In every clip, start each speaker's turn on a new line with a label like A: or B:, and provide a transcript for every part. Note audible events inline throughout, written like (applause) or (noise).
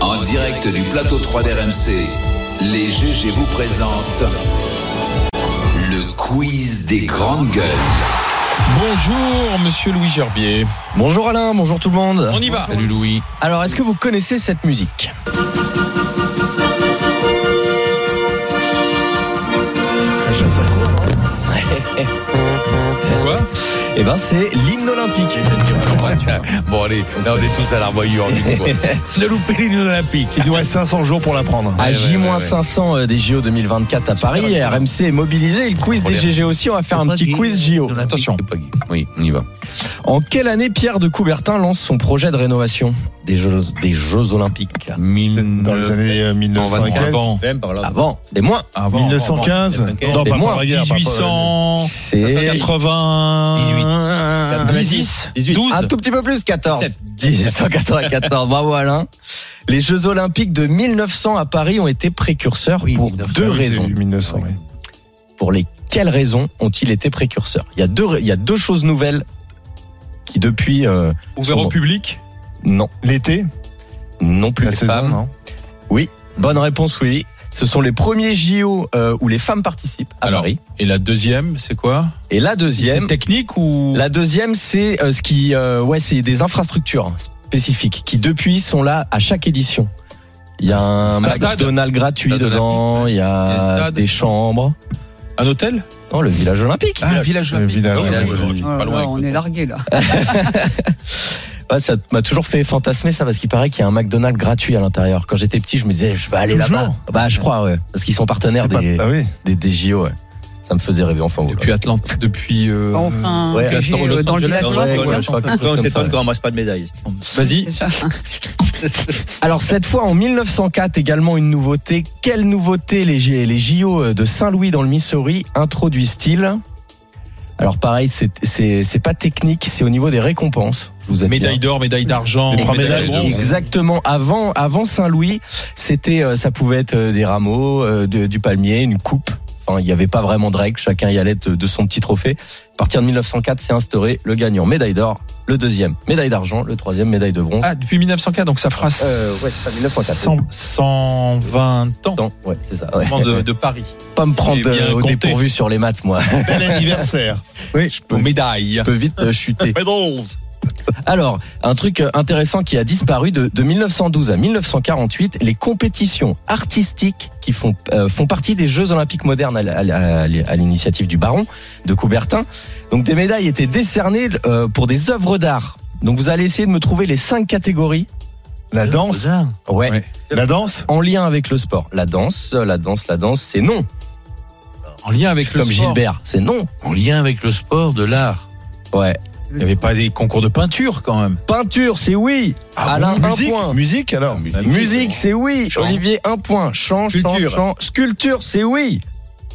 A: En direct du plateau 3 d'RMC, les GG vous présentent le quiz des grandes gueules.
B: Bonjour Monsieur Louis Gerbier.
C: Bonjour Alain, bonjour tout le monde.
B: On y va. Salut Louis.
C: Alors, est-ce que vous connaissez cette musique (laughs)
B: Quoi
C: Eh ben, c'est l'hymne olympique.
B: Bon allez, là on est tous à l'armoyure du coup. Ne loupez l'hymne olympique.
D: Il nous reste 500 jours pour l'apprendre.
C: À
B: ouais, ouais, ouais.
C: J-500 euh, des JO 2024 à Paris, et RMC est mobilisé. et Le quiz
B: On
C: des
B: les-
C: GG aussi, on va faire un petit quiz JO.
B: Attention. Oui, on y va.
C: En quelle année Pierre de Coubertin lance son projet de rénovation des Jeux, des jeux Olympiques
B: Mm.
D: Dans les années euh, 1900 et quelques.
B: Avant.
C: Avant, c'est moins.
B: Avant.
D: 1915
B: avant.
D: Non,
C: C'est
D: pas
C: moi,
D: pour la guerre. pas pour la-
B: 1800.
C: C'est
B: 80.
C: 18.
B: 12.
C: Un tout petit peu plus, 14. 1894,
B: (laughs)
C: bravo Alain. Les Jeux Olympiques de 1900 à Paris ont été précurseurs pour deux
D: Ah oui, c'est
C: raisons.
D: 1900, oui.
C: Pour lesquelles raisons ont-ils été précurseurs il y, a deux, il y a deux choses nouvelles qui depuis... euh,
B: Ouvert au public.
C: non,
D: L'été,
C: non plus
D: la
C: les
D: saison,
C: femmes.
D: non
C: Bonne réponse, oui. Ce sont les premiers JO euh, où les femmes participent à
B: Alors.
C: Paris.
B: Et la deuxième, c'est quoi
C: Et la
B: C'est
C: deuxième,
B: Technique ou
C: la deuxième, c'est euh, ce qui, euh, ouais, c'est des infrastructures spécifiques qui depuis sont là à chaque édition. Il y a un
B: Un stade.
C: McDonald's gratuit
B: Stade
C: dedans, il y
B: Il y a un
C: a
B: stade.
C: des chambres.
B: un hôtel
C: Non, le village olympique.
B: Ah, un village.
D: Le village olympique.
E: Oh là
B: Pas
E: là,
B: loin.
E: on est largué là.
C: Ouais, Ah, ça m'a toujours fait fantasmer ça parce qu'il paraît qu'il y a un McDonald's gratuit à l'intérieur. Quand j'étais petit, je me disais, je vais aller là-bas.
D: Toujours
C: Bah, je crois, ouais, parce qu'ils sont partenaires
D: C'est pas-
C: des,
D: Ah oui.
C: des, des JO. ouais. Ça me faisait rêver enfin. voilà.
B: Depuis Atlante. Depuis. euh,
E: Ah, on fera un
C: ouais,
E: GG
B: attends, Los
E: dans le
B: Angeles,
E: village
B: ouais,
E: olympique.
B: ouais,
E: hein.
C: je crois, quelque chose comme ça, ouais.
B: Vas-y.
E: C'est ça.
C: Alors cette fois en 1904 également une nouveauté. Quelle nouveauté les, J- les JO de Saint-Louis dans le Missouri introduisent-ils Alors pareil, c'est- c'est c'est pas technique, c'est au niveau des récompenses. Je vous aide bien.
B: Médaille d'or, médaille d'argent,
D: Les trois
B: médaille de
D: médailles.
B: bronze.
C: Exactement. Avant, avant Saint-Louis, c'était, euh, ça pouvait être euh, des rameaux, euh, de- du palmier, une coupe. Enfin, il n'y avait pas vraiment de règle. Chacun y allait de, de son petit trophée. À partir de 1904, c'est instauré le gagnant médaille d'or, le deuxième médaille d'argent, le troisième médaille de bronze.
B: Ah, depuis 1904, donc ça fera
C: Euh, ouais, c'est ça, 1904.
B: 100 120 ans
C: Non, ouais, c'est ça. ouais.
B: de, de Paris.
C: Pas me prendre
B: J'ai bien
C: euh, au
B: compté.
C: dépourvu sur les maths, moi.
D: (laughs) Bel anniversaire.
C: Oui, je peux, je
B: médailles.
C: peux vite euh, chuter.
B: Médailles.
C: Alors, un truc euh, intéressant qui a disparu de, de 1912 à 1948, les compétitions artistiques qui font, euh, font partie des Jeux Olympiques modernes à, l- à l- à l'initiative du baron de Coubertin. Donc, des médailles étaient décernées euh, pour des œuvres d'art. Donc, vous allez essayer de me trouver les cinq catégories.
D: La danse,
C: Ouais.
B: Ouais.
D: la danse,
C: En lien avec le sport. La danse, euh, la danse, la danse, c'est non.
B: En lien avec le
C: Comme
B: sport.
C: Gilbert, c'est non.
B: En lien avec le sport, de l'art.
C: Ouais.
B: Il n'y avait pas des concours de peinture quand même.
C: Peinture, c'est oui.
B: Ah
C: Alain, un
D: musique,
C: point.
D: Ah, musique alors.
C: Musique, c'est oui.
B: Chant.
C: Olivier, un point. Chant, chant,
B: Culture.
C: chant. Sculpture, c'est oui.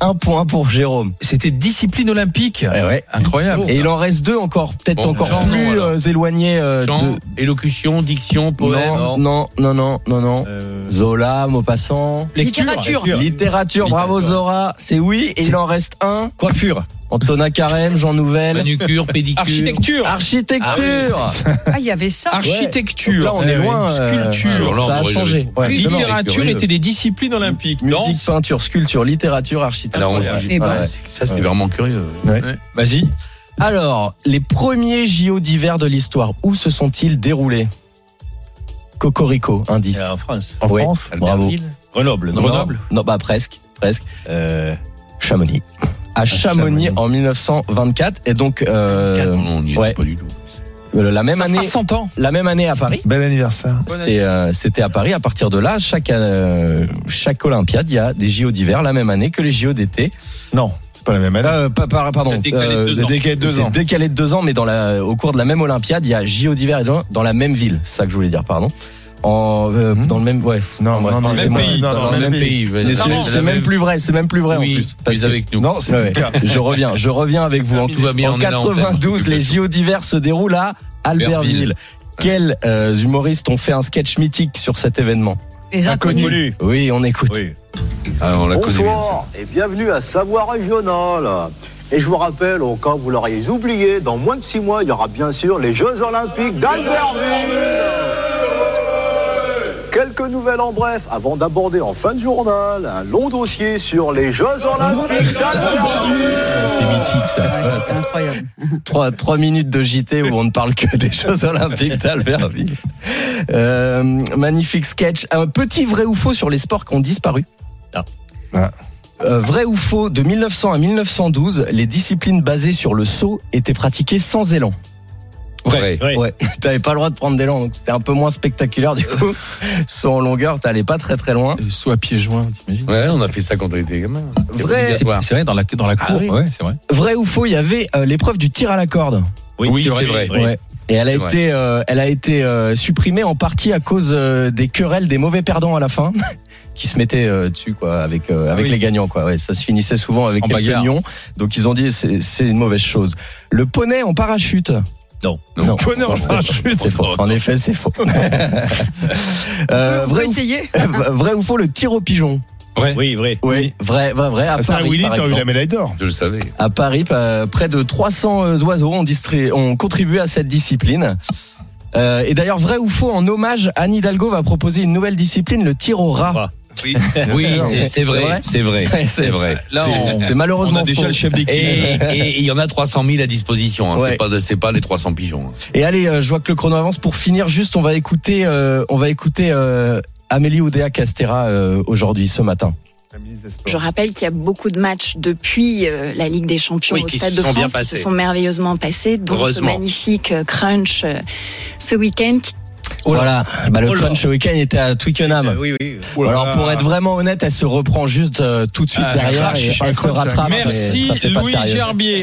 C: Un point pour Jérôme.
B: C'était discipline olympique.
C: Eh ouais.
B: Incroyable.
C: Et il en reste deux encore, peut-être
B: Bon,
C: encore
B: chant, non,
C: plus
B: alors.
C: euh, éloignés euh, de.
B: élocution, diction, Euh,
C: non, non, non, non, non, non. Zola, Maupassant.
B: Lecture.
E: Littérature.
B: Lecture.
C: Littérature, bravo Zora, c'est oui. Et il en reste un.
B: Coiffure.
C: Antonin Carême, Jean Nouvel.
B: (laughs) Manucure, pédicure. Architecture.
C: Architecture.
E: Ah, il y avait ça.
C: Donc
B: Architecture.
C: là, on est
D: Eh oui.
C: loin. euh,
B: Sculpture.
C: Ça a changé. Ouais, demain.
B: Littérature était des disciplines olympiques.
C: Musique, peinture, sculpture, littérature, architecture.
E: Eh ben,
C: Ouais.
B: Ça,
C: Bah, c'est
B: vraiment curieux.
D: Ouais.
B: Vas-y.
C: Alors, les premiers JO d'hiver de l'histoire, où se sont-ils déroulés Cocorico, indice.
F: en France.
D: En
C: Ouais.
D: France,
C: Bravo.
F: Grenoble.
C: Non,
B: Grenoble
C: Non, bah presque, presque.
F: Euh,
C: Chamonix. À Chamonix,
D: Chamonix.
C: en 1924 et donc euh, ouais,
B: pas du tout.
C: euh, la même
B: Ça fera
C: année,
B: 100 ans.
C: la même année à Paris.
D: bel anniversaire.
C: C'était euh, c'était à Paris. À partir de là, chaque euh, chaque Olympiade, il y a des JO d'hiver la même année que les JO d'été.
D: Non, c'est pas la même année.
C: Euh, pas- pas- pardon.
B: C'est décalé de
C: euh,
B: deux ans.
D: C'est décalé de deux
C: C'est
D: ans.
C: décalé de deux ans, mais dans la, au cours de la même Olympiade, il y a JO d'hiver et de juin dans la même ville. C'est ça que je voulais dire, pardon. En, euh,
D: Hmm.
C: Dans le même, ouais.
D: Non,
C: bref,
D: non, non,
C: c'est
D: même
C: moi.
D: pays.
C: Dans
D: Non, non,
C: le
D: même pays.
B: je vais
C: Mais
B: dire.
C: c'est
B: Clairement,
C: c'est
B: la
C: même
B: même-
C: plus vrai, c'est même plus vrai en plus. Parce que-
B: avec
D: Non, c'est
C: Ouais,
D: plus clair.
C: je reviens, je reviens avec vous en
B: Tout va bien,
C: En
B: on est là, on t'aime.
C: 92, les JO d'hiver se déroulent à Albertville.
B: Albertville.
C: Quels euh, humoristes ont fait un sketch mythique sur cet événement
E: Les inconnus.
F: Inconnu.
C: Oui, on écoute.
F: Oui.
B: Ah, on la connaît bien.
G: Bonsoir et bienvenue à Savoir Régional. Et je vous rappelle, au cas où vous l'auriez oublié, dans moins de six mois, il y aura bien sûr les Jeux Olympiques d'Albertville. Quel Quelques nouvelles en bref avant d'aborder en fin de journal un long dossier sur les Jeux Olympiques d'Albertville.
C: C'était mythique ça.
E: C'est incroyable.
C: Trois, trois minutes de JT où on ne parle que des Jeux Olympiques d'Albertville. Euh, magnifique sketch. Un petit vrai ou faux sur les sports qui ont disparu. Ah.
D: Ah.
C: Euh, vrai ou faux, de 1900 à 1912, les disciplines basées sur le saut étaient pratiquées sans élan.
B: Vrai.
C: Ouais, (laughs) t'avais pas le droit de prendre d'élan, donc c'était un peu moins spectaculaire du coup. Saut en longueur, t'allais pas très très loin.
F: Soit à pieds joints, t'imagines
B: Ouais, on a fait ça quand on était gamin.
C: Vrai,
F: C'est c'est vrai, dans la, dans la cour,
B: oui.
F: ouais, c'est vrai.
C: vrai ou faux, il y avait euh, l'épreuve du tir à la corde.
B: Oui, c'est vrai.
C: Ouais. Et elle a
B: C'est vrai.
C: été, euh, elle a été euh, supprimée en partie à cause euh, des querelles des mauvais perdants à la fin, (laughs) qui se mettaient euh, dessus quoi, avec euh, avec
F: oui.
C: les gagnants quoi. Ouais, ça se finissait souvent avec
F: En
C: quelques
F: bagarre.
C: nions. Donc ils ont dit c'est c'est une mauvaise chose. Le poney en parachute. Non, non,
D: Poney en parachute.
C: C'est faux. En effet, c'est faux. Euh,
E: On peut
C: vrai, ou,
E: essayer
C: vrai ou faux le tir au pigeon.
F: Vrai.
C: Oui, vrai. Oui, vrai, vrai, vrai. À
D: Ah, ça,
C: Paris,
D: Willy,
C: par
D: t'as eu
C: exemple.
D: la médaille d'or.
B: Je le savais.
C: À Paris, pa- près de 300 euh, oiseaux ont, distri- ont contribué à cette discipline. Euh, et d'ailleurs, vrai ou faux, en hommage, Anne Hidalgo va proposer une nouvelle discipline, le tir au rat.
B: Oui, c'est- c'est vrai. C'est vrai.
C: Ouais,
B: C'est vrai.
C: Là,
B: C'est-
C: c'est
F: On
C: malheureusement
F: a déjà
C: faux.
F: le chef d'équipe. (laughs)
B: Et et il y en a 300 000 à disposition. hein.
C: Ouais.
B: C'est pas, c'est pas les 300 pigeons. hein.
C: Et allez, euh, je vois que le chrono avance. Pour finir, juste, on va écouter, euh, on va écouter euh, Amélie Oudéa Castera euh, aujourd'hui, ce matin.
H: Je rappelle qu'il y a beaucoup de matchs depuis euh, la Ligue des Champions
I: Oui,
H: au
I: qui
H: Stade
I: se
H: de
I: sont
H: France
I: bien
H: qui
I: passés.
H: se sont merveilleusement passés, dont ce
I: Heureusement.
H: magnifique euh, crunch euh, ce week-end qui
C: voilà. Bah, le
I: Oh là.
C: crunch week-end était à
F: Ah
C: Twickenham.
F: bah.
B: Eh
I: Oui, oui.
D: Oh là
C: Alors
D: là.
C: pour être vraiment honnête, elle se reprend juste euh, tout de suite
F: Ah,
C: derrière
D: crash,
C: et
D: un
C: elle se
D: crash, un
C: rattrape. mais
F: Merci
C: ça fait pas
F: Louis
C: sérieux.
F: Gerbier.